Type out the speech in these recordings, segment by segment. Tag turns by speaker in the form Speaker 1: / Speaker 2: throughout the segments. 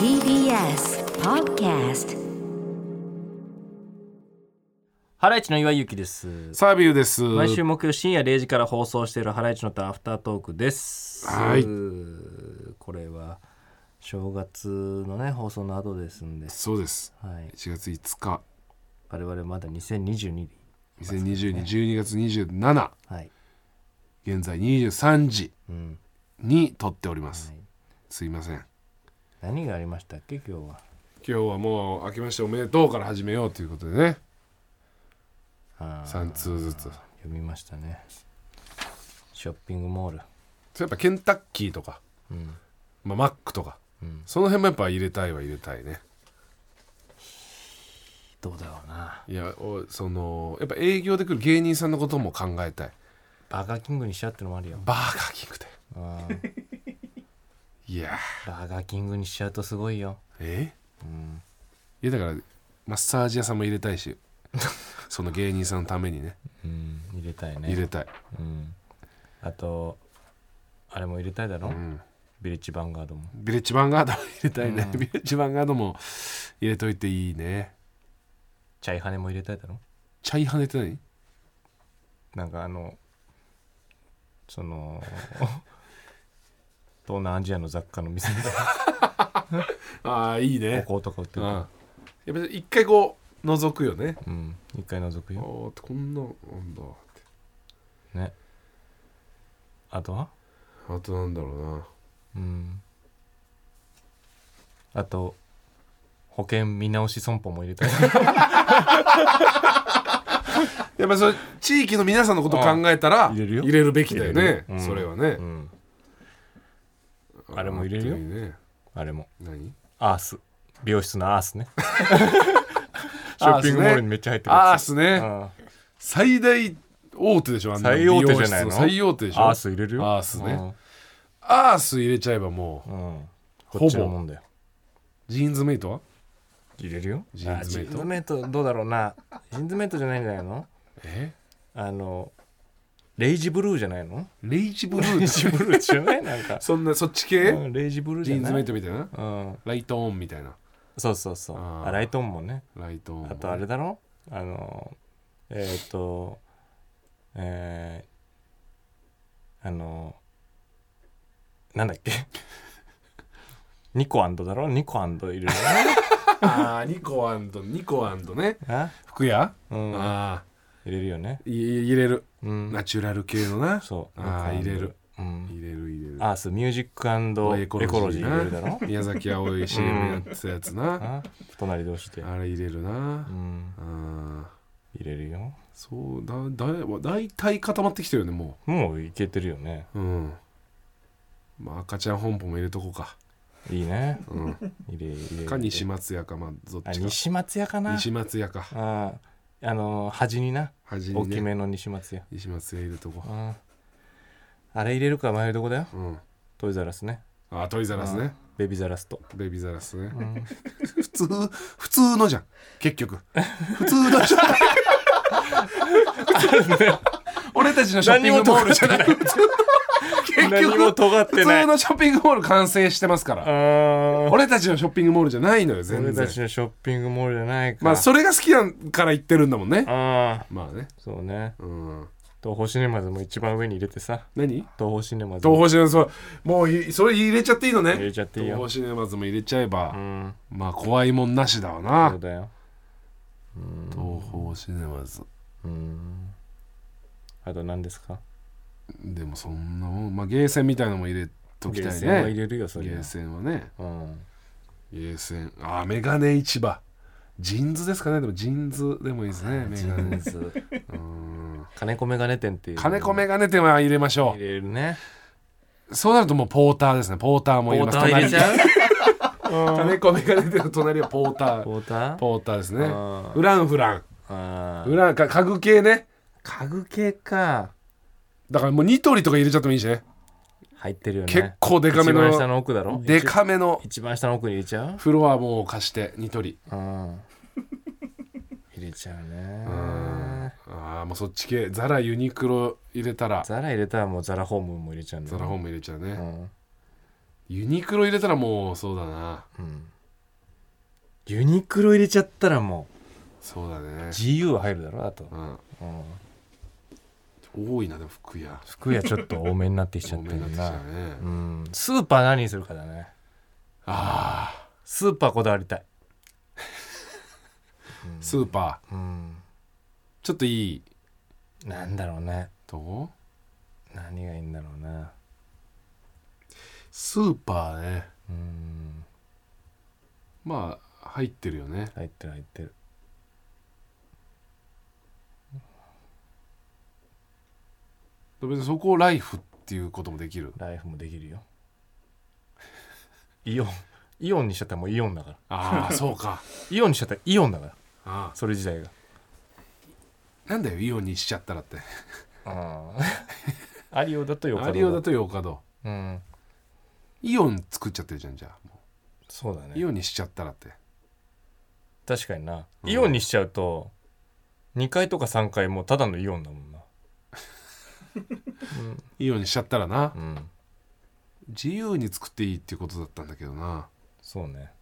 Speaker 1: TBS Podcast
Speaker 2: ハライチの岩井ゆきです
Speaker 3: サービューです。
Speaker 2: 毎週木曜深夜0時から放送しているハライチのターンアフタートークです
Speaker 3: はい
Speaker 2: これは正月のね放送の後ですんで、
Speaker 3: そうです。
Speaker 2: はい、
Speaker 3: 1月5日、
Speaker 2: 我々まだ2022
Speaker 3: 2020年12月27、
Speaker 2: はい、
Speaker 3: 現在23時
Speaker 2: うん
Speaker 3: に撮っております
Speaker 2: はい。
Speaker 3: すいません。
Speaker 2: 何がありましたっけ今日は
Speaker 3: 今日はもう明けましておめでとうから始めようということでね、
Speaker 2: あー
Speaker 3: 3通ずつ。
Speaker 2: 読みましたねショッピングモール
Speaker 3: やっぱケンタッキーとか、
Speaker 2: うん
Speaker 3: まあ、マックとか、
Speaker 2: うん
Speaker 3: その辺もやっぱ入れたいは入れたいね。
Speaker 2: どうだろうない
Speaker 3: や、おその、やっぱ営業で来る芸人さんのことも考えたい。
Speaker 2: バカキングにしちゃうってのもあるよ
Speaker 3: バーガーキングで。
Speaker 2: あー
Speaker 3: いや
Speaker 2: バ
Speaker 3: ー
Speaker 2: カキングにしちゃうとすごいよ
Speaker 3: え、いやだからマッサージ屋さんも入れたい しその芸人さんのためにね
Speaker 2: うん入れたいね
Speaker 3: 入れたい、
Speaker 2: うん、あとあれも入れたいだろ、
Speaker 3: うん、
Speaker 2: ビレッジヴァンガードも
Speaker 3: ビレッジヴァンガードも 入れたいね、ビレッジヴァンガードも入れといていいね
Speaker 2: チャイハネも入れたいだろ
Speaker 3: チャイハネって何
Speaker 2: なんかあのそ の東南アジアの雑貨の店で
Speaker 3: ああいい
Speaker 2: お
Speaker 3: ね
Speaker 2: 香とか売って
Speaker 3: う
Speaker 2: る
Speaker 3: んやっ
Speaker 2: か
Speaker 3: ぱり一回こう覗くよね
Speaker 2: らうん一回覗く
Speaker 3: ああ
Speaker 2: よ
Speaker 3: こんななんだって
Speaker 2: ねあとは
Speaker 3: あとなんだろうな
Speaker 2: うんあと保険見直し損保も入れ たい
Speaker 3: やっぱそれ地域の皆さんのことを考えたら
Speaker 2: あー入れるよ
Speaker 3: べきだよね、
Speaker 2: うん
Speaker 3: それはね
Speaker 2: う、んあれも入れるよ
Speaker 3: 本当にね
Speaker 2: あれも
Speaker 3: 何
Speaker 2: アース美容室のアース ねショッピングモールにめっちゃ入ってるやつ
Speaker 3: あーすね
Speaker 2: うん
Speaker 3: 最大大手でしょあんな
Speaker 2: 最大手じゃないの
Speaker 3: 美容室最大手でしょ
Speaker 2: アース入れるよ
Speaker 3: アースね、アース入れちゃえばもう
Speaker 2: うん、うん
Speaker 3: ほぼ
Speaker 2: こっちのもんだよ
Speaker 3: ジーンズメイトは
Speaker 2: 入れるよ
Speaker 3: ジーンズメイト
Speaker 2: あメイトどうだろうなジーンズメイトじゃないんじゃないの
Speaker 3: え
Speaker 2: あのレイジブルーじゃないの
Speaker 3: レイジブル
Speaker 2: レイ
Speaker 3: ー、
Speaker 2: ジブルーじゃないなんか
Speaker 3: そんなそっち系、
Speaker 2: うんレイジブルー
Speaker 3: ジ
Speaker 2: じゃ
Speaker 3: ーン
Speaker 2: な
Speaker 3: ズ
Speaker 2: い
Speaker 3: メイトみたいな
Speaker 2: うん
Speaker 3: ライトオンみたいな
Speaker 2: そうそうそう
Speaker 3: あー
Speaker 2: あライトオンもね
Speaker 3: ライトオン
Speaker 2: あとあれだろあのえっ、とえー、あのなんだっけ ニコアンドだろニコアンドいるよね
Speaker 3: あーニコアンドニコアンドね
Speaker 2: あ
Speaker 3: 服屋、
Speaker 2: うん入
Speaker 3: ああ
Speaker 2: れるよね
Speaker 3: 入れる
Speaker 2: うん
Speaker 3: ナチュラル系のな
Speaker 2: そう
Speaker 3: あー入れる、
Speaker 2: うん、
Speaker 3: 入れる入れる
Speaker 2: アースミュージックエコロジー
Speaker 3: な
Speaker 2: 入れるだろ
Speaker 3: 宮崎あおい CM やってたやつな、
Speaker 2: あ隣同士で、
Speaker 3: あれ入れるな
Speaker 2: う、ん、
Speaker 3: ああ
Speaker 2: 入れるよ
Speaker 3: そうだだ大体固まってきてるよねも
Speaker 2: もういけてるよね
Speaker 3: ううんまあ赤ちゃん本舗も入れとこうか、
Speaker 2: いいね
Speaker 3: うん、
Speaker 2: 入れ入れ
Speaker 3: か西松屋かまあどっ
Speaker 2: あ
Speaker 3: ちか
Speaker 2: 西松屋かな
Speaker 3: 西松屋か
Speaker 2: あーあのー端にな
Speaker 3: 端
Speaker 2: 大
Speaker 3: に
Speaker 2: き
Speaker 3: ね
Speaker 2: めの西松屋
Speaker 3: 西松屋入れとこ
Speaker 2: あーあれ入れるか迷うとこだよ
Speaker 3: ううん
Speaker 2: トイザラスね
Speaker 3: あトイザラスね
Speaker 2: ベビーザラスと、
Speaker 3: ベビーザラスね
Speaker 2: うん
Speaker 3: 普通普通のじゃん結局普通のじゃん俺たちのショッピングモールじゃない結
Speaker 2: 何も
Speaker 3: 局
Speaker 2: 尖って
Speaker 3: 普
Speaker 2: ない
Speaker 3: 通のショッピングモール完成してますから
Speaker 2: あー
Speaker 3: 俺たちのショッピングモールじゃないのよ全
Speaker 2: 俺
Speaker 3: 然
Speaker 2: たちのショッピングモールじゃないか
Speaker 3: まあそれが好きなんから言ってるんだもんね
Speaker 2: あ
Speaker 3: まあね
Speaker 2: ーそうね
Speaker 3: うん
Speaker 2: 東宝シネマズも一番上に入れてさ
Speaker 3: 何
Speaker 2: 東宝シネマズ
Speaker 3: 東宝シネマズももういそれ入れちゃっていいのね
Speaker 2: 入れちゃっていいよ
Speaker 3: 東宝シネマズも入れちゃえ
Speaker 2: う
Speaker 3: ば、
Speaker 2: ん
Speaker 3: まあ怖いもんなしだわ
Speaker 2: そう
Speaker 3: な
Speaker 2: だよ
Speaker 3: 東宝シネマズ
Speaker 2: うんあと何ですか
Speaker 3: でもそんなもんまあゲーセンみたいのも入れときた
Speaker 2: ゲー
Speaker 3: い
Speaker 2: センは入
Speaker 3: ね
Speaker 2: れるよそ
Speaker 3: ゲ
Speaker 2: りゃ
Speaker 3: ーセンはね
Speaker 2: うん
Speaker 3: ゲーセンあメガネ市場ジーンズですかねでもジーンズでもいいですねメガネうん
Speaker 2: 金子メガネ店っていう
Speaker 3: 金子メガネ店は入れましょ
Speaker 2: 入れるね
Speaker 3: うそうなるともうポーターですねポーターも
Speaker 2: ポ
Speaker 3: 入れ
Speaker 2: ー
Speaker 3: ます
Speaker 2: ター入れちゃう
Speaker 3: 金子メガネ店の隣はポーター
Speaker 2: ポーター
Speaker 3: ポーターですね
Speaker 2: あー
Speaker 3: フランフラン
Speaker 2: あー
Speaker 3: フランか家具系ね
Speaker 2: 家具系か
Speaker 3: だからもうニトリとか入れちゃってもいいしね
Speaker 2: 入ってるよね
Speaker 3: 結構デカめの
Speaker 2: 一番下の奥だろ
Speaker 3: デカめの
Speaker 2: 一一番下の奥に入れちゃう
Speaker 3: フロアも貸してニトリ
Speaker 2: うん入れちゃうね
Speaker 3: ああもうそっち系ザラユニクロ入れたら
Speaker 2: ザラ入れたらもうザラホームも入れちゃうんだ
Speaker 3: ザ
Speaker 2: よ
Speaker 3: ラホーム入れちゃうね、
Speaker 2: うん
Speaker 3: ユニクロ入れたらもうそうだな
Speaker 2: うんユニクロ入れちゃったらも
Speaker 3: そうだね
Speaker 2: う GU は入るだろあと、
Speaker 3: う
Speaker 2: うん、
Speaker 3: ん多いなでも服屋
Speaker 2: 服屋ちょっと多めになってきちゃって
Speaker 3: 多め
Speaker 2: る
Speaker 3: に
Speaker 2: な
Speaker 3: なってきたね
Speaker 2: うん、スーパー何にするかだね
Speaker 3: ああ
Speaker 2: スーパーこだわりたい、
Speaker 3: スーパー
Speaker 2: うん、
Speaker 3: ちょっといい
Speaker 2: なんだろうね
Speaker 3: とこ
Speaker 2: 何がいいんだろうな
Speaker 3: スーパーね
Speaker 2: うん
Speaker 3: まあ入ってるよね
Speaker 2: 入ってる入ってる
Speaker 3: 別にそこをライフっていうこともできる
Speaker 2: ライフもできるよ イオンイオンにしちゃったらもうイオンだから
Speaker 3: ああそうか
Speaker 2: イオンにしちゃったらイオンだから
Speaker 3: あ
Speaker 2: それ自体が
Speaker 3: あなんだよイオンにしちゃったらって
Speaker 2: あ アリオだとヨカド
Speaker 3: アリオだとヨーカドー
Speaker 2: うん
Speaker 3: イオン作っちゃってるじゃんじゃあも
Speaker 2: そうだ
Speaker 3: うイ
Speaker 2: ね
Speaker 3: オンにしちゃったらって
Speaker 2: 確かにな
Speaker 3: うん
Speaker 2: イオンにしちゃうと2階とか3階もうただのイオンだもんな
Speaker 3: イオンにしちゃったらな
Speaker 2: うん、うん、
Speaker 3: 自由に作っていいっていうことだったんだけどな
Speaker 2: そうね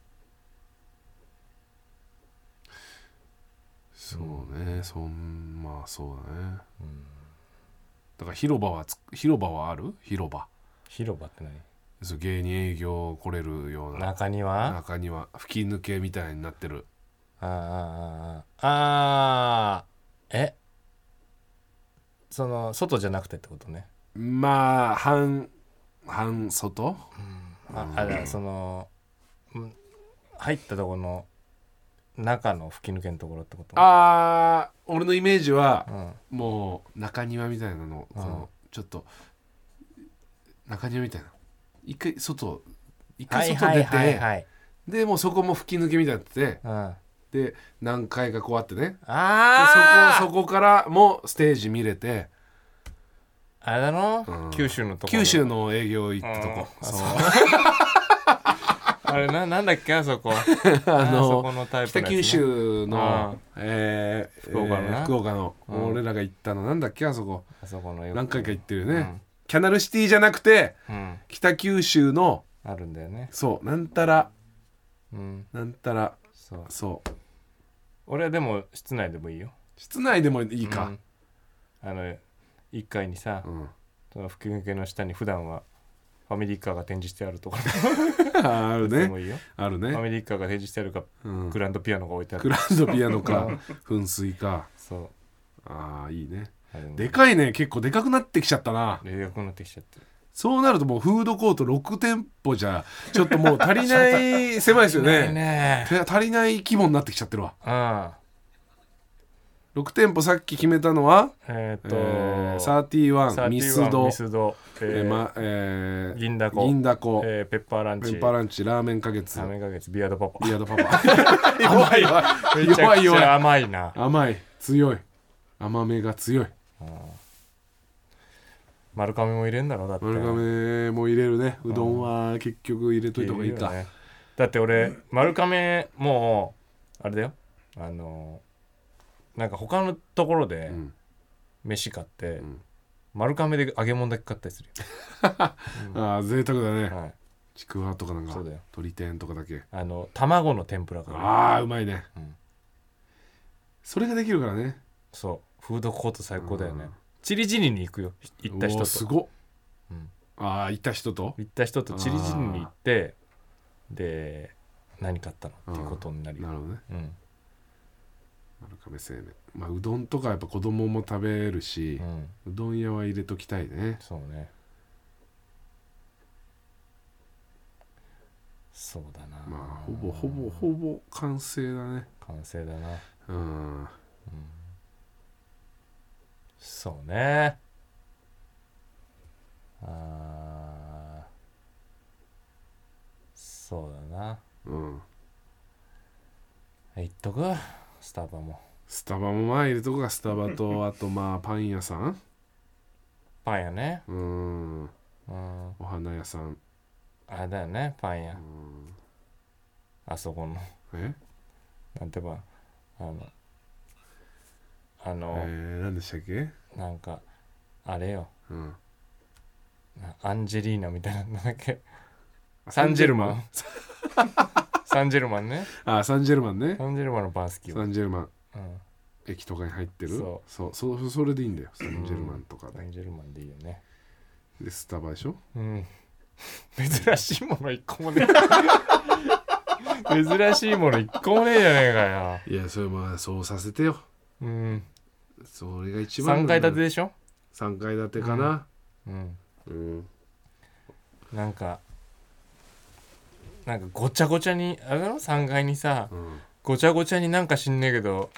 Speaker 3: そうねそんまあそうだね
Speaker 2: うん
Speaker 3: だから広場はつく広場はある広場
Speaker 2: 広場って何
Speaker 3: そう芸人営業来れるような
Speaker 2: 中庭
Speaker 3: 中には吹き抜けみたいになってる
Speaker 2: あーあーあーあーえその外じゃなくてってことね
Speaker 3: まあ半半外
Speaker 2: ああらそのうん入ったところの中の吹き抜けのところってこと
Speaker 3: あー俺のイメージは
Speaker 2: うん
Speaker 3: もう中庭みたいなの,、
Speaker 2: うん
Speaker 3: そのちょっと中庭みたいな一回外一回外出て、
Speaker 2: はいはい
Speaker 3: でもうそこも吹き抜けみたいになって
Speaker 2: はいはい、うん、
Speaker 3: てで何回かこうあってねで
Speaker 2: ああ
Speaker 3: そこそこからもステージ見れて
Speaker 2: あれだろ、
Speaker 3: うん
Speaker 2: 九州のところ
Speaker 3: 九州の営業行ったとこ、
Speaker 2: うん
Speaker 3: そう
Speaker 2: あれななんだっけあそこ
Speaker 3: あ
Speaker 2: あそ
Speaker 3: の
Speaker 2: このタイプ
Speaker 3: 北
Speaker 2: のやつね
Speaker 3: 九州の、えー
Speaker 2: 福岡の
Speaker 3: え
Speaker 2: な
Speaker 3: ー福岡の、
Speaker 2: うん
Speaker 3: 俺らが行ったのなんだっけあそこ
Speaker 2: あそこのよく
Speaker 3: 何回か行ってるよね、
Speaker 2: うん
Speaker 3: キャナルシティじゃなくて
Speaker 2: うん
Speaker 3: 北九州の
Speaker 2: あるんだよね
Speaker 3: そうなんたら
Speaker 2: うん
Speaker 3: なんたら
Speaker 2: そう
Speaker 3: そう
Speaker 2: 俺はでも室内でもいいよ
Speaker 3: 室内でもいい
Speaker 2: うん
Speaker 3: か、
Speaker 2: あの1階にさ、
Speaker 3: うん
Speaker 2: その吹き抜けの下に普段はファミリーカーが展示してあるところ
Speaker 3: ある
Speaker 2: でも
Speaker 3: ね
Speaker 2: いいよ、
Speaker 3: ある
Speaker 2: ファ
Speaker 3: ね、
Speaker 2: ミリーカーが展示してあるか
Speaker 3: うん
Speaker 2: グランドピアノが置いてある
Speaker 3: グランドピアノか噴水か
Speaker 2: そう
Speaker 3: ああいいね
Speaker 2: あれも
Speaker 3: でかいね結構でかくなってきちゃったな
Speaker 2: でかくなってきちゃってる
Speaker 3: そうなるともうフードコート6店舗じゃちょっともう足りない狭いですよ
Speaker 2: いい
Speaker 3: ね
Speaker 2: ね
Speaker 3: て足りない規模になってきちゃってるわ
Speaker 2: うん
Speaker 3: 6店舗さっき決めたのは、
Speaker 2: えーっ
Speaker 3: え
Speaker 2: と、
Speaker 3: ー、
Speaker 2: 31
Speaker 3: 31ミスド
Speaker 2: ミスド、えー
Speaker 3: えーまえー
Speaker 2: 銀だこ
Speaker 3: 銀だこ
Speaker 2: えーペッパーラン
Speaker 3: ペ
Speaker 2: チ
Speaker 3: ンパーランチラーメン花月
Speaker 2: ラーメンか月ビアードパパ
Speaker 3: ビアード パパ甘いわ
Speaker 2: めちゃくちゃ
Speaker 3: 弱い弱い
Speaker 2: 甘いな
Speaker 3: 甘い強い甘めが強い
Speaker 2: 丸亀も入れんだろだって
Speaker 3: 丸亀も入れるねうどんは結局入れといた方がいい
Speaker 2: 入
Speaker 3: か、
Speaker 2: れるよねだって俺丸亀もうあれだよあのなんか他のところで
Speaker 3: うん
Speaker 2: 飯買って、
Speaker 3: ん
Speaker 2: 丸亀で揚げ物だけ買ったりする
Speaker 3: ああ贅沢だね
Speaker 2: よ、はい、
Speaker 3: ちくわとかなんか
Speaker 2: そうだよ
Speaker 3: 鶏天とかだけ
Speaker 2: あの卵の天ぷらから
Speaker 3: ああうまいね、
Speaker 2: うん
Speaker 3: それができるからね
Speaker 2: そうフードコート最高だよね、
Speaker 3: うん
Speaker 2: チリジリに行くよひ行った
Speaker 3: う
Speaker 2: 人
Speaker 3: おー
Speaker 2: と
Speaker 3: すごっ、
Speaker 2: うん
Speaker 3: ああ行った人と
Speaker 2: 行った人とチリジリに行ってで何買ったのっていうことになるよ
Speaker 3: な、るほどね
Speaker 2: うん
Speaker 3: 丸亀製麺まあうどんとかやっぱ子供も食べるし
Speaker 2: う、ん、
Speaker 3: うどん屋は入れときたいね
Speaker 2: そうねそうだな
Speaker 3: まあほぼほぼほぼ完成だね
Speaker 2: 完成だな
Speaker 3: うん
Speaker 2: そうねあーそうだな
Speaker 3: うん
Speaker 2: え行っとくスタバも
Speaker 3: スタバもまあ入れとこがスタバとあとまあパン屋さん
Speaker 2: パン屋ね
Speaker 3: うん
Speaker 2: うん
Speaker 3: お花屋さん
Speaker 2: あれだよねパン屋
Speaker 3: うん
Speaker 2: あそこの
Speaker 3: え
Speaker 2: なんてばあのあ
Speaker 3: え
Speaker 2: の、
Speaker 3: ー、何でしたっけ
Speaker 2: なんかあれよ
Speaker 3: うん
Speaker 2: アンジェリーナみたいななんだっけサンジェルマンサンジェルマンね
Speaker 3: あサンジェルマンね
Speaker 2: サンジェルマンのバン好きよ、
Speaker 3: サンジェルマン
Speaker 2: うん
Speaker 3: 駅とかに入ってる
Speaker 2: そ
Speaker 3: そうそうそれでいいんだよサンジェルマンとか
Speaker 2: サ
Speaker 3: ね
Speaker 2: ンジェルマンでいいよね
Speaker 3: でスタバでしょ
Speaker 2: うん珍しいもの一個もねえ珍しいもの一個もねえじゃねえかよ
Speaker 3: いやそれまあそうさせてよ
Speaker 2: うん
Speaker 3: それが一番
Speaker 2: 3階建てでしょ
Speaker 3: 3階建てかな
Speaker 2: うん
Speaker 3: うん
Speaker 2: なんかなんかごちゃごちゃにあれだろ3階にさ
Speaker 3: うん
Speaker 2: ごちゃごちゃになんか知んねえけど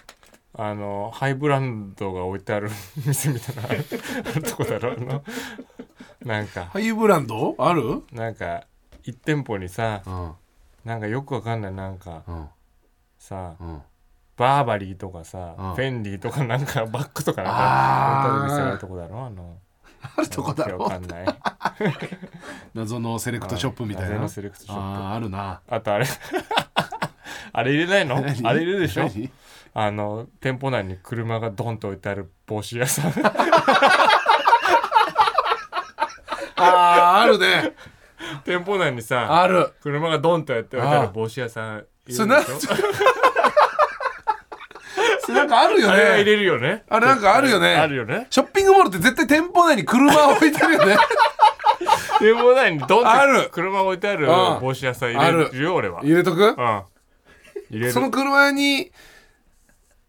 Speaker 2: あのハイブランドが置いてある店みたいなあるあるとこだろあのなんか
Speaker 3: ハイブランドあるうん
Speaker 2: なんか1店舗にさ
Speaker 3: うん
Speaker 2: なんかよくわかんないなんかさ
Speaker 3: うん
Speaker 2: バーバリーとかさ、
Speaker 3: うん
Speaker 2: フェンディとかなんか バッグとかなん
Speaker 3: あー
Speaker 2: か置いてある店あるとこだろあの
Speaker 3: あるとこ
Speaker 2: わ
Speaker 3: だ
Speaker 2: け
Speaker 3: ろ
Speaker 2: わかんない
Speaker 3: 謎のセレクトショップみたい
Speaker 2: 謎
Speaker 3: な
Speaker 2: のセレクトショップ
Speaker 3: あーあるな
Speaker 2: あとあれ あれ入れないの
Speaker 3: 何
Speaker 2: あれ入れるでしょ
Speaker 3: 何
Speaker 2: あの店舗内に車がドンと置いてある帽子屋さ ん
Speaker 3: あーあるね
Speaker 2: 店舗内にさ
Speaker 3: ある
Speaker 2: 車がドンとやって置いてある帽子屋さんい
Speaker 3: そ
Speaker 2: る
Speaker 3: れ
Speaker 2: で
Speaker 3: な
Speaker 2: しょ
Speaker 3: それなんかあるよ
Speaker 2: あれは入
Speaker 3: ね
Speaker 2: れるよね
Speaker 3: あれなんかあるよね
Speaker 2: あるよね
Speaker 3: ショッピングモールって絶対店舗内に車を置いてるよ ね
Speaker 2: 店舗内にドン
Speaker 3: ある
Speaker 2: と車置いてある
Speaker 3: うん
Speaker 2: 帽子屋さん入れ
Speaker 3: あ
Speaker 2: るよ俺はうん
Speaker 3: 入れとく
Speaker 2: 入れる
Speaker 3: その車に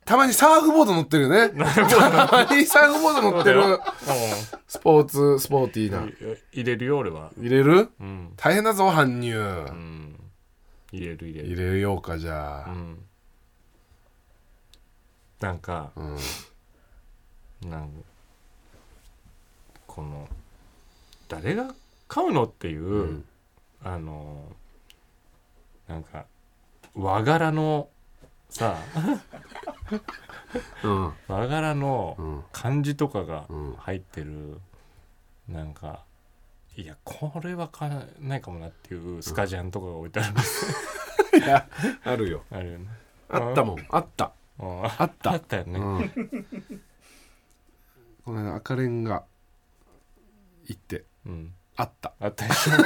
Speaker 3: たまにサーフボード乗ってるよねたまにサーフボード乗っ
Speaker 2: そう
Speaker 3: てる
Speaker 2: だ
Speaker 3: スポーツスポーティー
Speaker 2: う
Speaker 3: なん
Speaker 2: 入れるよ俺は
Speaker 3: 入れる
Speaker 2: うん
Speaker 3: 大変だぞ搬入、
Speaker 2: うん入れる入れ
Speaker 3: 入
Speaker 2: る
Speaker 3: れようかじゃ
Speaker 2: う
Speaker 3: あ、
Speaker 2: んなんか
Speaker 3: うん
Speaker 2: なんかこの誰が買うのっていう、
Speaker 3: うん
Speaker 2: あのなんか和柄のさ
Speaker 3: うん
Speaker 2: 和柄の
Speaker 3: うん
Speaker 2: 漢字とかが
Speaker 3: うん
Speaker 2: 入ってる、なんかいやこれは買わないかもなっていうスカジャンとかが置いてある、
Speaker 3: いや あるよ
Speaker 2: あるよね
Speaker 3: あったもんあった
Speaker 2: うんあ
Speaker 3: あ
Speaker 2: あ
Speaker 3: った
Speaker 2: ったよね、
Speaker 3: うん、この間赤レンガ行って
Speaker 2: うん
Speaker 3: あった
Speaker 2: あったでしょ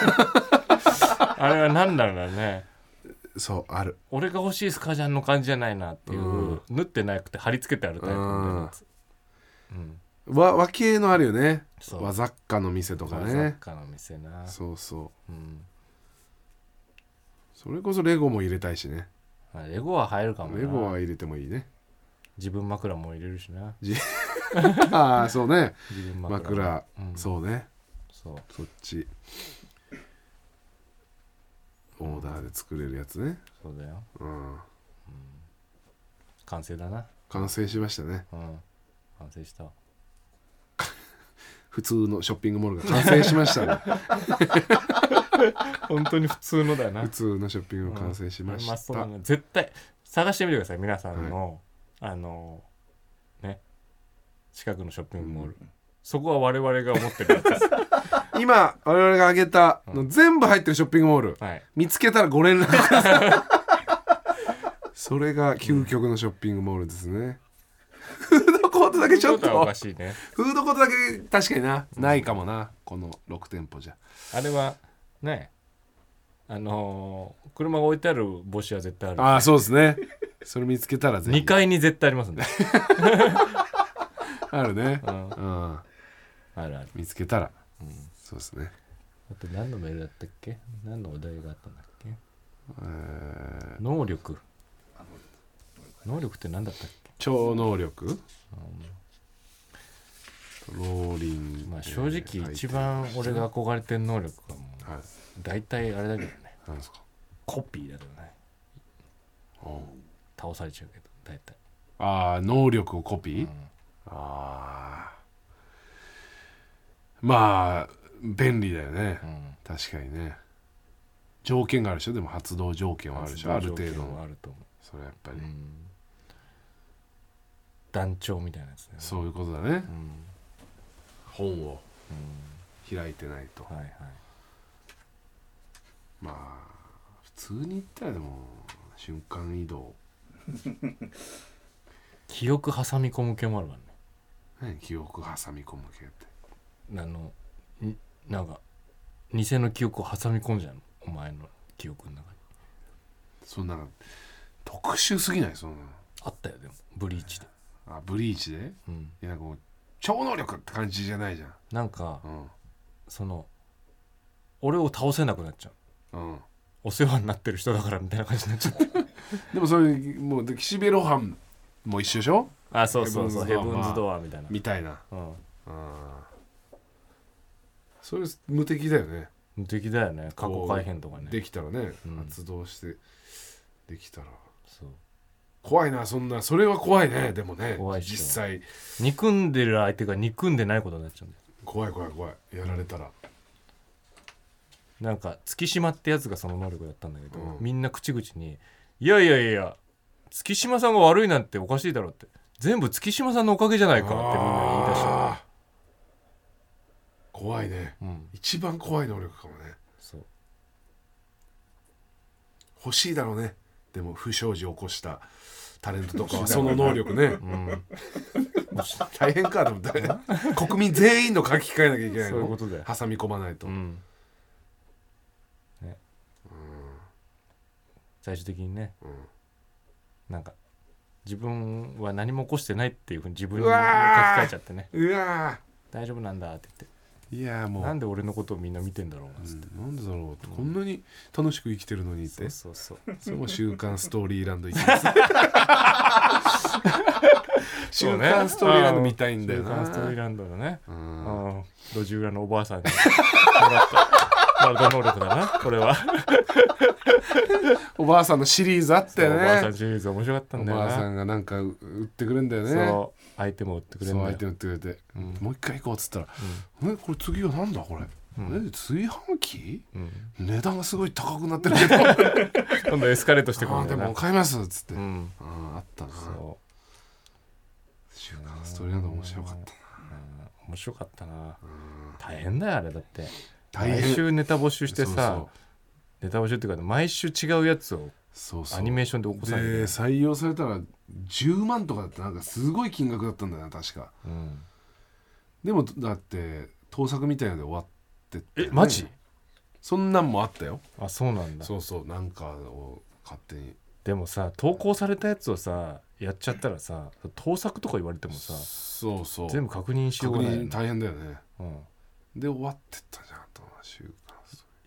Speaker 2: あれは何なんだろうね
Speaker 3: そうある
Speaker 2: 俺が欲しいスカジャンの感じじゃないなっていう、
Speaker 3: うん
Speaker 2: 縫ってなくて貼り付けてあるタイプみたいなやつ、うん、
Speaker 3: 和和系のあるよね
Speaker 2: そう
Speaker 3: 和雑貨の店とか
Speaker 2: 和雑
Speaker 3: ね
Speaker 2: 貨の店な
Speaker 3: そうそう
Speaker 2: うん、
Speaker 3: それこそレゴも入れたいしね
Speaker 2: まあレゴは入るかもな
Speaker 3: レゴは入れてもいい ね
Speaker 2: 自分枕も入れるしな
Speaker 3: ああそうね
Speaker 2: 自分
Speaker 3: 枕
Speaker 2: 枕うん
Speaker 3: そうね
Speaker 2: そう
Speaker 3: そっちオーダーで作れるやつね
Speaker 2: そうだよ
Speaker 3: うん
Speaker 2: 完成だな
Speaker 3: 完成しましたね
Speaker 2: うん完成した
Speaker 3: 普通のショッピングモールが完成しました ね
Speaker 2: 本当に普通のだよな
Speaker 3: 普通のショッピングが完成しまし
Speaker 2: うんうまそう
Speaker 3: た、
Speaker 2: だな絶対探してみてください皆さんの、あのね近くのショッピングモール、そこは我々が思ってるやつです
Speaker 3: 今我々が挙げたの全部入ってるショッピングモール、
Speaker 2: はい
Speaker 3: 見つけたらご連絡くださいそれが究極のショッピングモールですね、フードコートだけちょっ
Speaker 2: ことはお
Speaker 3: と
Speaker 2: かしいね
Speaker 3: フードコートだけ確かにな、ないかもなこの6店舗じゃ
Speaker 2: あれはねあのー車が置いてある帽子は絶対ある
Speaker 3: ああそうですねそれ見つけたらぜ
Speaker 2: 2
Speaker 3: ひ
Speaker 2: 階に絶対あり ますんで、
Speaker 3: あるね
Speaker 2: う、ん、
Speaker 3: うん、
Speaker 2: あるある
Speaker 3: 見つけたら、そうですね
Speaker 2: あと何のメールだったっけ何のお題があったんだっけ
Speaker 3: えー
Speaker 2: 能力能力って何だったっけ
Speaker 3: 超能力ローリン
Speaker 2: まあ正直一番俺が憧れてる能力はもう
Speaker 3: はい
Speaker 2: 大体あれだけどね
Speaker 3: なんですか
Speaker 2: コピーだけどね
Speaker 3: おう
Speaker 2: 倒されちゃうけど大体
Speaker 3: ああ能力をコピー、ああまあ便利だよね、
Speaker 2: うん
Speaker 3: 確かにね条件があるでしょでも発動条件はあるでしょある程
Speaker 2: 発動条
Speaker 3: 度
Speaker 2: 件はあ
Speaker 3: の
Speaker 2: ると思
Speaker 3: それやっぱり、
Speaker 2: う、うん団長みたいなやつね
Speaker 3: そういうことだね
Speaker 2: う、ん
Speaker 3: 本を
Speaker 2: う
Speaker 3: 開いてないと、
Speaker 2: んはいはい
Speaker 3: まあ普通に言ったらでも瞬間移動
Speaker 2: 記憶挟み込む系もあるわね
Speaker 3: 何記憶挟み込む系って
Speaker 2: あのになんか偽の記憶を挟み込んじゃうのお前の記憶の中に
Speaker 3: そんな特殊すぎないそん
Speaker 2: あったよでもブリーチで、
Speaker 3: なあブリーチで
Speaker 2: うん、
Speaker 3: いやなんかもう超能力って感じじゃないじゃん
Speaker 2: なんか
Speaker 3: うん
Speaker 2: その俺を倒せなくなっちゃう
Speaker 3: うん
Speaker 2: お世話になってる人だからみたいな感じになっちゃう
Speaker 3: でもそれもうで岸辺露伴も一緒でしょ
Speaker 2: あそうそうそうヘ
Speaker 3: ヘ
Speaker 2: ブ
Speaker 3: ブン
Speaker 2: ンズ
Speaker 3: ズ
Speaker 2: ド
Speaker 3: ド
Speaker 2: アみたいな、
Speaker 3: みたいな
Speaker 2: うん
Speaker 3: あそれ無敵だよね
Speaker 2: 無敵だよね過去改変とかね
Speaker 3: できたらね、
Speaker 2: うん
Speaker 3: 発動してできたら
Speaker 2: そう
Speaker 3: 怖いなそんなそれは怖いねでもね
Speaker 2: 怖いっしょ
Speaker 3: 実際
Speaker 2: 憎んでる相手が憎んでないことになっちゃうんだよ
Speaker 3: 怖い怖い怖いやられたら、
Speaker 2: なんか月島ってやつがその能力だったんだけど、
Speaker 3: うん
Speaker 2: みんな口々に「いやいやいや月島さんが悪いなんておかしいだろ」って全部月島さんのおかげじゃないかってみんな言い出した、
Speaker 3: あー怖いね
Speaker 2: うん、
Speaker 3: 一番怖い能力かもね
Speaker 2: そう
Speaker 3: 欲しいだろうねでも不祥事を起こしたタレントと かはその能力ね
Speaker 2: うん、
Speaker 3: 大変かと思って国民全員の書き換えなきゃいけない
Speaker 2: そういうこ
Speaker 3: の
Speaker 2: とだよ、
Speaker 3: 挟み込まないと、
Speaker 2: うんね、最終的にね、なんか自分は何も起こしてないっていうふうに自分に
Speaker 3: う
Speaker 2: 書き
Speaker 3: わー
Speaker 2: 換えちゃってね
Speaker 3: うわ
Speaker 2: 大丈夫なんだって言っ
Speaker 3: ーいやーも
Speaker 2: て
Speaker 3: う
Speaker 2: なんで俺のことをみんな見てんだろうなっ
Speaker 3: う
Speaker 2: つって、
Speaker 3: んなんでだろうってこんなに楽しく生きてるのにっ
Speaker 2: そ
Speaker 3: て
Speaker 2: うそうそう
Speaker 3: それも「週刊ストーリーランド」行 きます週刊ストーリーランド見たいんだよ
Speaker 2: 週刊ストーリー
Speaker 3: な
Speaker 2: ランドのね、
Speaker 3: うん
Speaker 2: うん、路地裏のおばあさんにもらったワールド能力だなこれは、
Speaker 3: おばあさんのシリーズあった
Speaker 2: お
Speaker 3: よ
Speaker 2: ばあさん
Speaker 3: ね
Speaker 2: シリーズ面白かった
Speaker 3: お
Speaker 2: んだよ
Speaker 3: ばあさ
Speaker 2: なん
Speaker 3: がなんか売ってくれんだよね
Speaker 2: そう相手も売ってくれる
Speaker 3: そ
Speaker 2: ん
Speaker 3: う
Speaker 2: だ
Speaker 3: 相手
Speaker 2: よ
Speaker 3: に売ってくれて
Speaker 2: うん
Speaker 3: もう一回行こうっつったら「えこれ次はなんだこれ
Speaker 2: うん
Speaker 3: え炊飯器
Speaker 2: うん
Speaker 3: 値段がすごい高くなってるけど
Speaker 2: 今度エスカレートしてくる
Speaker 3: あ
Speaker 2: ん
Speaker 3: ー
Speaker 2: だ
Speaker 3: で
Speaker 2: よな
Speaker 3: も買います」っつって
Speaker 2: う
Speaker 3: あ
Speaker 2: ん
Speaker 3: ーあったな
Speaker 2: そう
Speaker 3: 週刊ストーリーランド面白かったな
Speaker 2: うん面白かったな大変だよあれだって
Speaker 3: 大
Speaker 2: 毎
Speaker 3: 変
Speaker 2: 週ネタ募集して
Speaker 3: そう
Speaker 2: さネタ募集っていうか毎週違うやつを
Speaker 3: そうそうそう
Speaker 2: アニメーションで起こされ
Speaker 3: で
Speaker 2: て
Speaker 3: 採用されたら10万とかだってなんかすごい金額だったんだよな確か
Speaker 2: うん
Speaker 3: でもだって盗作みたいので終わってってね、
Speaker 2: えマジ
Speaker 3: そんなんもあったよ
Speaker 2: あそうなんだ
Speaker 3: そうそうなんかを勝手に
Speaker 2: でもさ投稿されたやつをさやっちゃったらさ盗作とか言われてもさ
Speaker 3: そうそう
Speaker 2: 全部確認しよ
Speaker 3: 確
Speaker 2: うがないよ
Speaker 3: 認
Speaker 2: ね
Speaker 3: 大変だよね
Speaker 2: うん、
Speaker 3: で終わってったじゃんと週刊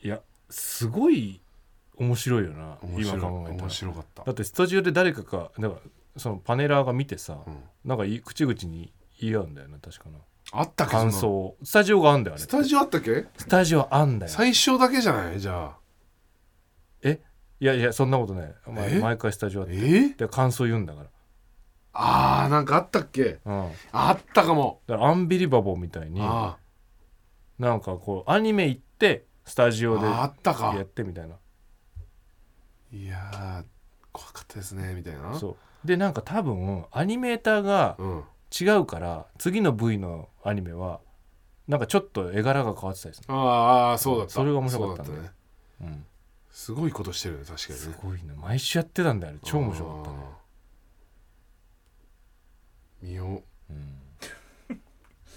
Speaker 2: いやすごい面白いよな
Speaker 3: 面
Speaker 2: 今
Speaker 3: 白い
Speaker 2: 考えた
Speaker 3: 面
Speaker 2: ら
Speaker 3: 白かった
Speaker 2: だってスタジオで誰かがだからそのパネラーが見てさ、
Speaker 3: うん、
Speaker 2: なんかい口々に言い合うんだよな確かな
Speaker 3: あったっけ
Speaker 2: 感
Speaker 3: そ
Speaker 2: 想
Speaker 3: んなの
Speaker 2: をスタジオがあんだよあれ
Speaker 3: スタジオあったっけ
Speaker 2: スタジオあんだよ
Speaker 3: 最初だけじゃないじゃあ
Speaker 2: えいやいやそんなことないお前
Speaker 3: え
Speaker 2: 毎回スタジオあって
Speaker 3: え
Speaker 2: で感想言うんだか
Speaker 3: あーなんかあったっけ
Speaker 2: らうん
Speaker 3: あったかも、
Speaker 2: だからアンビリバボーみたいに
Speaker 3: あ
Speaker 2: なんかこうアニメ行ってスタジ
Speaker 3: ー
Speaker 2: オで
Speaker 3: あーあ
Speaker 2: や
Speaker 3: ったか
Speaker 2: ってみたいない
Speaker 3: やー怖かったですねみたいな
Speaker 2: そうでなんか多分アニメーターが
Speaker 3: うん、
Speaker 2: 違うから次の部位のアニメはなんかちょっと絵柄が変わってたりする、
Speaker 3: ああそうだった
Speaker 2: それが面白かったね
Speaker 3: そうだね
Speaker 2: うん、
Speaker 3: すごいことしてるね確かに
Speaker 2: す
Speaker 3: ね
Speaker 2: ごいね毎週やってたんだよあれ超面白かったね
Speaker 3: あー見よ
Speaker 2: うん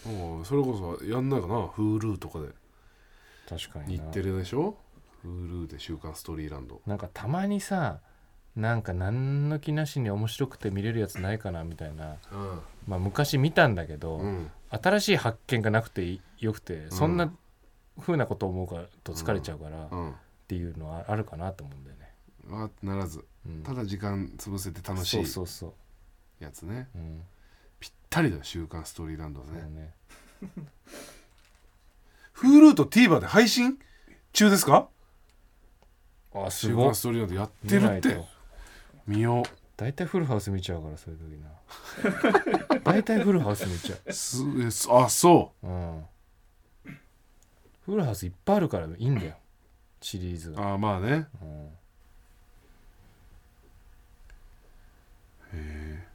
Speaker 3: うもうそれこそやんないかな Hulu とかで
Speaker 2: 確かに
Speaker 3: 日
Speaker 2: な
Speaker 3: テレでしょ Hulu で「週刊ストーリーランド
Speaker 2: なんかたまにさなんか何の気なしに面白くて見れるやつないかなみたいな、」
Speaker 3: うん
Speaker 2: まあ、昔見たんだけど、
Speaker 3: うん
Speaker 2: 新しい発見がなくていよくてそんな風なこと思うかと疲れちゃうからっ
Speaker 3: うん
Speaker 2: ていうのはあるかなと思うんだよね、
Speaker 3: わーってならず
Speaker 2: うん、
Speaker 3: ただ時間潰せて楽し
Speaker 2: そう
Speaker 3: い
Speaker 2: そうそう、
Speaker 3: やつね
Speaker 2: うん
Speaker 3: ぴったりだよ「週刊ストーリーランド」
Speaker 2: そう
Speaker 3: ね
Speaker 2: ね
Speaker 3: Hulu と TVer で配信中ですか
Speaker 2: あ
Speaker 3: 「週
Speaker 2: すごい
Speaker 3: 刊ストーリーランド」やっ
Speaker 2: 見
Speaker 3: てる
Speaker 2: な
Speaker 3: っ
Speaker 2: い
Speaker 3: て
Speaker 2: と
Speaker 3: 見よう
Speaker 2: 大体フルハウス見ちゃうからそういう時な 大体フルハウス見ちゃ、
Speaker 3: すえすあそう
Speaker 2: うん、フルハウスいっぱいあるからいいんだよシリーズ
Speaker 3: う
Speaker 2: が、
Speaker 3: あーまあね
Speaker 2: うん、
Speaker 3: へ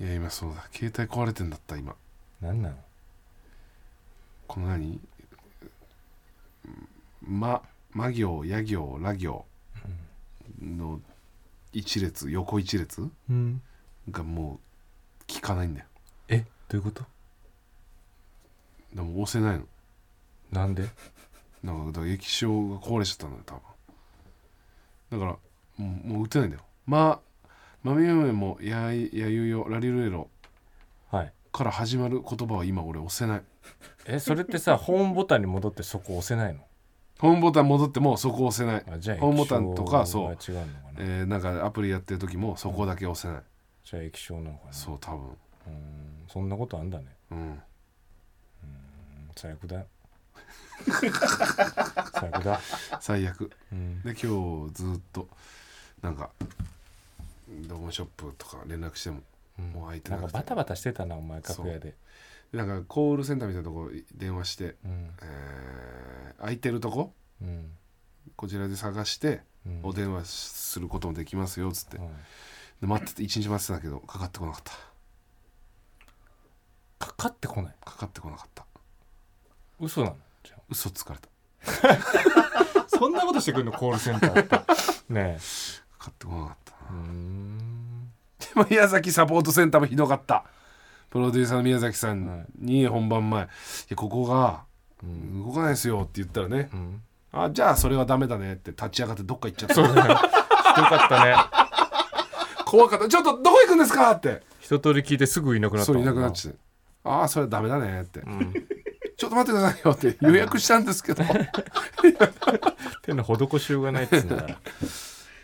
Speaker 3: えいや今そうだ携帯壊れてんだった今
Speaker 2: なんなの
Speaker 3: この何ま魔行野行羅行の一列横一列
Speaker 2: うん
Speaker 3: がもう効かないんだよ
Speaker 2: えどういうこと
Speaker 3: でも押せないの
Speaker 2: なんで
Speaker 3: なんかだから液晶が壊れちゃったんだよ多分だからもうもう売ってないんだよまあマミムメもやいやゆよラリルエロ
Speaker 2: はい
Speaker 3: から始まる言葉は今俺押せない
Speaker 2: えそれって さホームボタンに戻ってそこ押せないの
Speaker 3: ホームボタン戻ってもそこ押せない
Speaker 2: あじゃあ
Speaker 3: ホームボタンとか
Speaker 2: 液晶
Speaker 3: そう、
Speaker 2: が違うのかな、
Speaker 3: えーなんかアプリやってる時もそこだけ押せない、
Speaker 2: じゃあ液晶なのかな
Speaker 3: そう多分
Speaker 2: うんそんなことあんだね
Speaker 3: うん
Speaker 2: うん最悪だ最悪だ、
Speaker 3: 最悪
Speaker 2: うん、
Speaker 3: で今日ずっとなんかドコモショップとか連絡してももう開いて
Speaker 2: な
Speaker 3: なんく
Speaker 2: かバ
Speaker 3: て
Speaker 2: タバタしてたなお前
Speaker 3: そう
Speaker 2: 楽屋で
Speaker 3: なんかコールセンターみたいなとこ電話して、
Speaker 2: うん
Speaker 3: えー空いてるとこ
Speaker 2: うん
Speaker 3: こちらで探して
Speaker 2: うん
Speaker 3: お電話することもできますよっつって
Speaker 2: うん
Speaker 3: で待ってて1日待ってたけどかかってこなかった
Speaker 2: かかってこない
Speaker 3: かかってこなかった
Speaker 2: 嘘なのじゃ
Speaker 3: 嘘つかれた
Speaker 2: あそんなことしてくるのコールセンターってね
Speaker 3: かかってこなかった
Speaker 2: えうん
Speaker 3: でも宮崎サポートセンターもひどかったプロデューサーの宮崎さんに本番前「いやここが
Speaker 2: うん
Speaker 3: 動かないですよ」って言ったらね
Speaker 2: うん
Speaker 3: 「あじゃあそれはダメだね」って立ち上がってどっか行っちゃった
Speaker 2: そうだねひどかったね
Speaker 3: 怖かった「ちょっとどこ行くんですか?」って
Speaker 2: 一通り聞いてすぐいなくなった
Speaker 3: そう
Speaker 2: もん
Speaker 3: いなくなっちゃって「ああそれはダメだね」って
Speaker 2: うん
Speaker 3: 「ちょっと待ってくださいよ」って予約したんですけど
Speaker 2: 手の施しようがないっつうんだから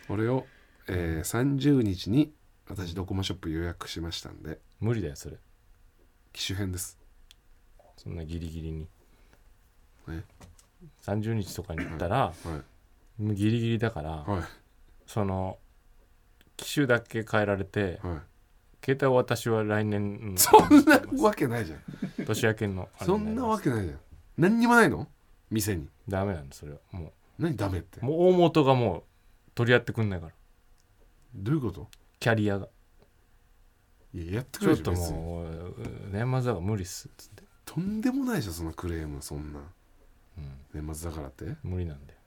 Speaker 3: 俺を、えー、30日に私ドコモショップ予約しましたんで
Speaker 2: 無理だよそれ
Speaker 3: 機種編です
Speaker 2: そんなギリギリに
Speaker 3: え
Speaker 2: 30日とかに行ったら
Speaker 3: はい
Speaker 2: もうギリギリだから
Speaker 3: はい
Speaker 2: その機種だけ変えられて
Speaker 3: はい
Speaker 2: 携帯を私は来年の
Speaker 3: そんなわけないじゃん
Speaker 2: 年明けのあれ
Speaker 3: そ
Speaker 2: にります
Speaker 3: んなわけないじゃん何にもないの店に
Speaker 2: ダメなんだそれはも
Speaker 3: 何ダメって
Speaker 2: うもう大元がもう取り合ってくんないから
Speaker 3: どういうこと
Speaker 2: キャリアが
Speaker 3: いややってく
Speaker 2: ち
Speaker 3: れ
Speaker 2: ょ
Speaker 3: る
Speaker 2: っ
Speaker 3: でしょ
Speaker 2: と
Speaker 3: 別に
Speaker 2: もう年末だから無理っすっつって
Speaker 3: とんでもないでしょそんなクレームそんな
Speaker 2: うん
Speaker 3: 年末だからって
Speaker 2: 無理なんだよ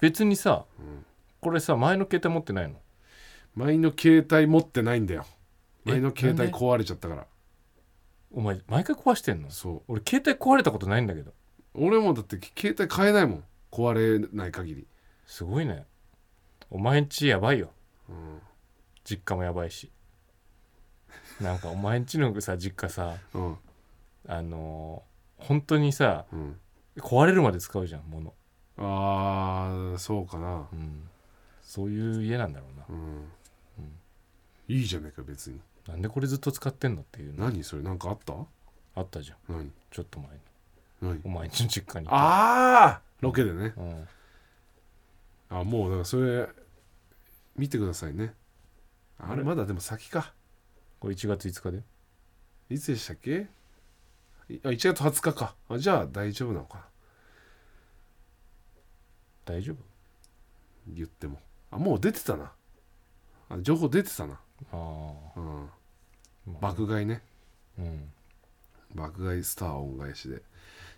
Speaker 2: 別にさ、
Speaker 3: ん
Speaker 2: これさ前の携帯持ってないの
Speaker 3: 前の携帯持ってないんだよ
Speaker 2: え
Speaker 3: 前の携
Speaker 2: なん
Speaker 3: 帯
Speaker 2: で
Speaker 3: 壊れちゃったから
Speaker 2: お前毎回壊してんの
Speaker 3: そう
Speaker 2: 俺携帯壊れたことないんだけど
Speaker 3: 俺もだって携帯買えないもん壊れない限り
Speaker 2: すごいねお前んちやばいよ
Speaker 3: うん
Speaker 2: 実家もやばいしなんかお前んちのさ実家さ
Speaker 3: うん
Speaker 2: あのー本当にさ
Speaker 3: うん
Speaker 2: 壊れるまで使うじゃんもの、
Speaker 3: ああそうかな
Speaker 2: うん、そういう家なんだろうな
Speaker 3: うん、
Speaker 2: うん
Speaker 3: いいじゃねえか別に
Speaker 2: なんでこれずっと使ってんのっていうの
Speaker 3: 何それなんかあった
Speaker 2: あったじゃん
Speaker 3: 何
Speaker 2: ちょっと前に
Speaker 3: 何
Speaker 2: お前んちの実家にあ、
Speaker 3: ああロケでね
Speaker 2: うん、
Speaker 3: あもうだからそれ見てくださいねあれ
Speaker 2: あれ
Speaker 3: まだでも先か
Speaker 2: これ1月5日で
Speaker 3: いつでしたっけいあ1月20日かあじゃあ大丈夫なのかな
Speaker 2: 大丈
Speaker 3: 言ってもあもう出てたなあ情報出てたな、
Speaker 2: 夫あ
Speaker 3: うん、
Speaker 2: あ
Speaker 3: 爆買いね
Speaker 2: うん
Speaker 3: 爆買いスター恩返しで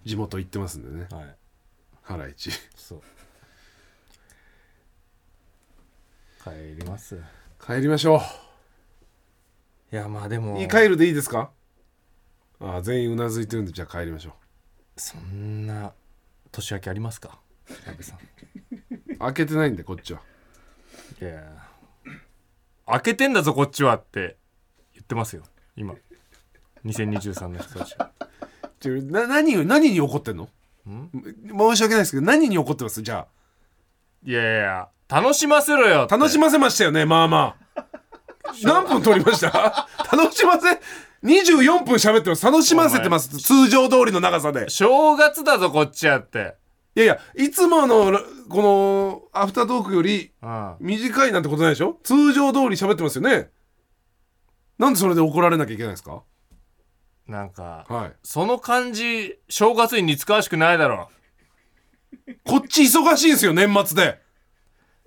Speaker 3: 地元行ってますんでね
Speaker 2: はい
Speaker 3: ハライチ
Speaker 2: そう帰ります
Speaker 3: 帰りましょ
Speaker 2: いやまあで
Speaker 3: う
Speaker 2: も
Speaker 3: いい帰るでいいですかあ全員うなずいてるんでじゃあ帰りましょ
Speaker 2: そんな年明けありますか矢部さん
Speaker 3: う開けてないんでこっちはい
Speaker 2: や開けてんだぞこっちはって言ってますよ今2023の人たちは
Speaker 3: ちょな何を何に怒ってんの
Speaker 2: ん
Speaker 3: 申し訳ないですけど何に怒ってますじゃ
Speaker 2: いやいや楽しませろよっ
Speaker 3: あ
Speaker 2: て
Speaker 3: 楽しませましたよねまあまあ 何分撮りました楽しませ24分喋ってます楽しませてます通常通りの長さで
Speaker 2: 正月だぞこっちはって
Speaker 3: いやいやいつものらこのアフタートークより
Speaker 2: うん
Speaker 3: 短いなんてことないでしょ通常通り喋ってますよねなんでそれで怒られなきゃいけないんですか
Speaker 2: なんか
Speaker 3: はい
Speaker 2: その感じ正月に似つかわしくないだろ
Speaker 3: こっち忙しいんですよ年末で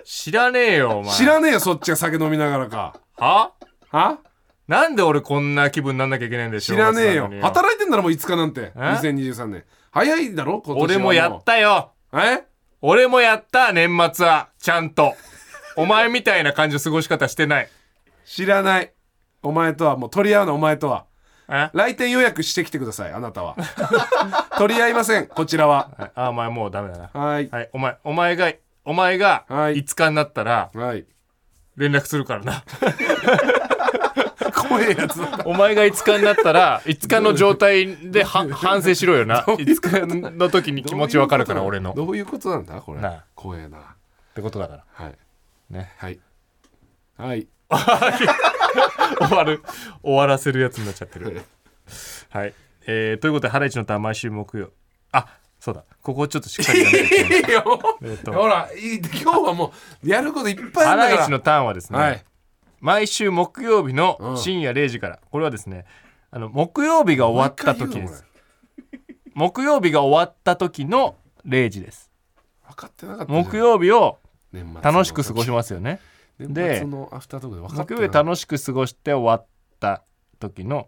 Speaker 2: 知らねえよお前
Speaker 3: 知らねえよそっちが酒飲みながらか
Speaker 2: は
Speaker 3: は
Speaker 2: なんで俺こんな気分になんなきゃいけないんでしょ
Speaker 3: 知らねえよ
Speaker 2: 働
Speaker 3: 働いてんだろもう5日なんて2023年早いだろ今年は
Speaker 2: 俺もやったよ
Speaker 3: たえ
Speaker 2: 俺もやった年末はちゃんとお前みたいな感じの過ごし方してない
Speaker 3: 知らないお前とはもう取り合うなお前とは
Speaker 2: え
Speaker 3: 来店予約してきてくださいあなたは 取り合いませんこちらは
Speaker 2: はいあお前もうダメだな
Speaker 3: はい
Speaker 2: はいお前お前がお前が
Speaker 3: はい
Speaker 2: 5日になったら
Speaker 3: はい
Speaker 2: 連絡するからな
Speaker 3: 怖えやつだった
Speaker 2: お前が5日になったら5日の状態では反省しろよな5日の時に気持ちわかるから俺のっ
Speaker 3: どういうことなんだこれ
Speaker 2: なあ
Speaker 3: 怖えな
Speaker 2: てことだから
Speaker 3: はい
Speaker 2: ね
Speaker 3: はいはい
Speaker 2: 終わる終わらせるやつになっちゃってるはい、えーということで「ハライチのターン」毎週木曜あそうだここちょっとしっかりやめてい きま
Speaker 3: いいよ
Speaker 2: えっと
Speaker 3: ほらいい今日はもうやることいっぱい
Speaker 2: す
Speaker 3: あ
Speaker 2: ハ
Speaker 3: るんだ
Speaker 2: ライ
Speaker 3: か
Speaker 2: チ
Speaker 3: ら
Speaker 2: のターンはですね、
Speaker 3: はい
Speaker 2: 毎週木曜日
Speaker 3: う
Speaker 2: の
Speaker 3: ん
Speaker 2: 深夜0時から、これはですねあの木曜日が終わった時
Speaker 3: もう一回
Speaker 2: で
Speaker 3: 言うのこ
Speaker 2: す木曜日が終わった時の0時です
Speaker 3: れ分かってなかったじゃん
Speaker 2: 木曜日を
Speaker 3: 年末の
Speaker 2: 楽しく過ごしますよね
Speaker 3: 年
Speaker 2: で
Speaker 3: 末のアフタートークで分かっ
Speaker 2: 木
Speaker 3: てな
Speaker 2: 曜
Speaker 3: い
Speaker 2: 日楽しく過ごして終わった時の、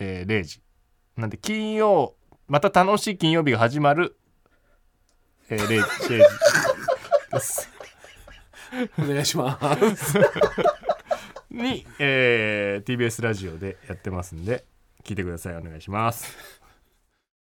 Speaker 2: えー0時なんで金曜また楽しい金曜日が始まる、えー、0時0時です
Speaker 3: お願いします。
Speaker 2: に、えー TBS ラジオでやってますんで聞いてくださいお願いします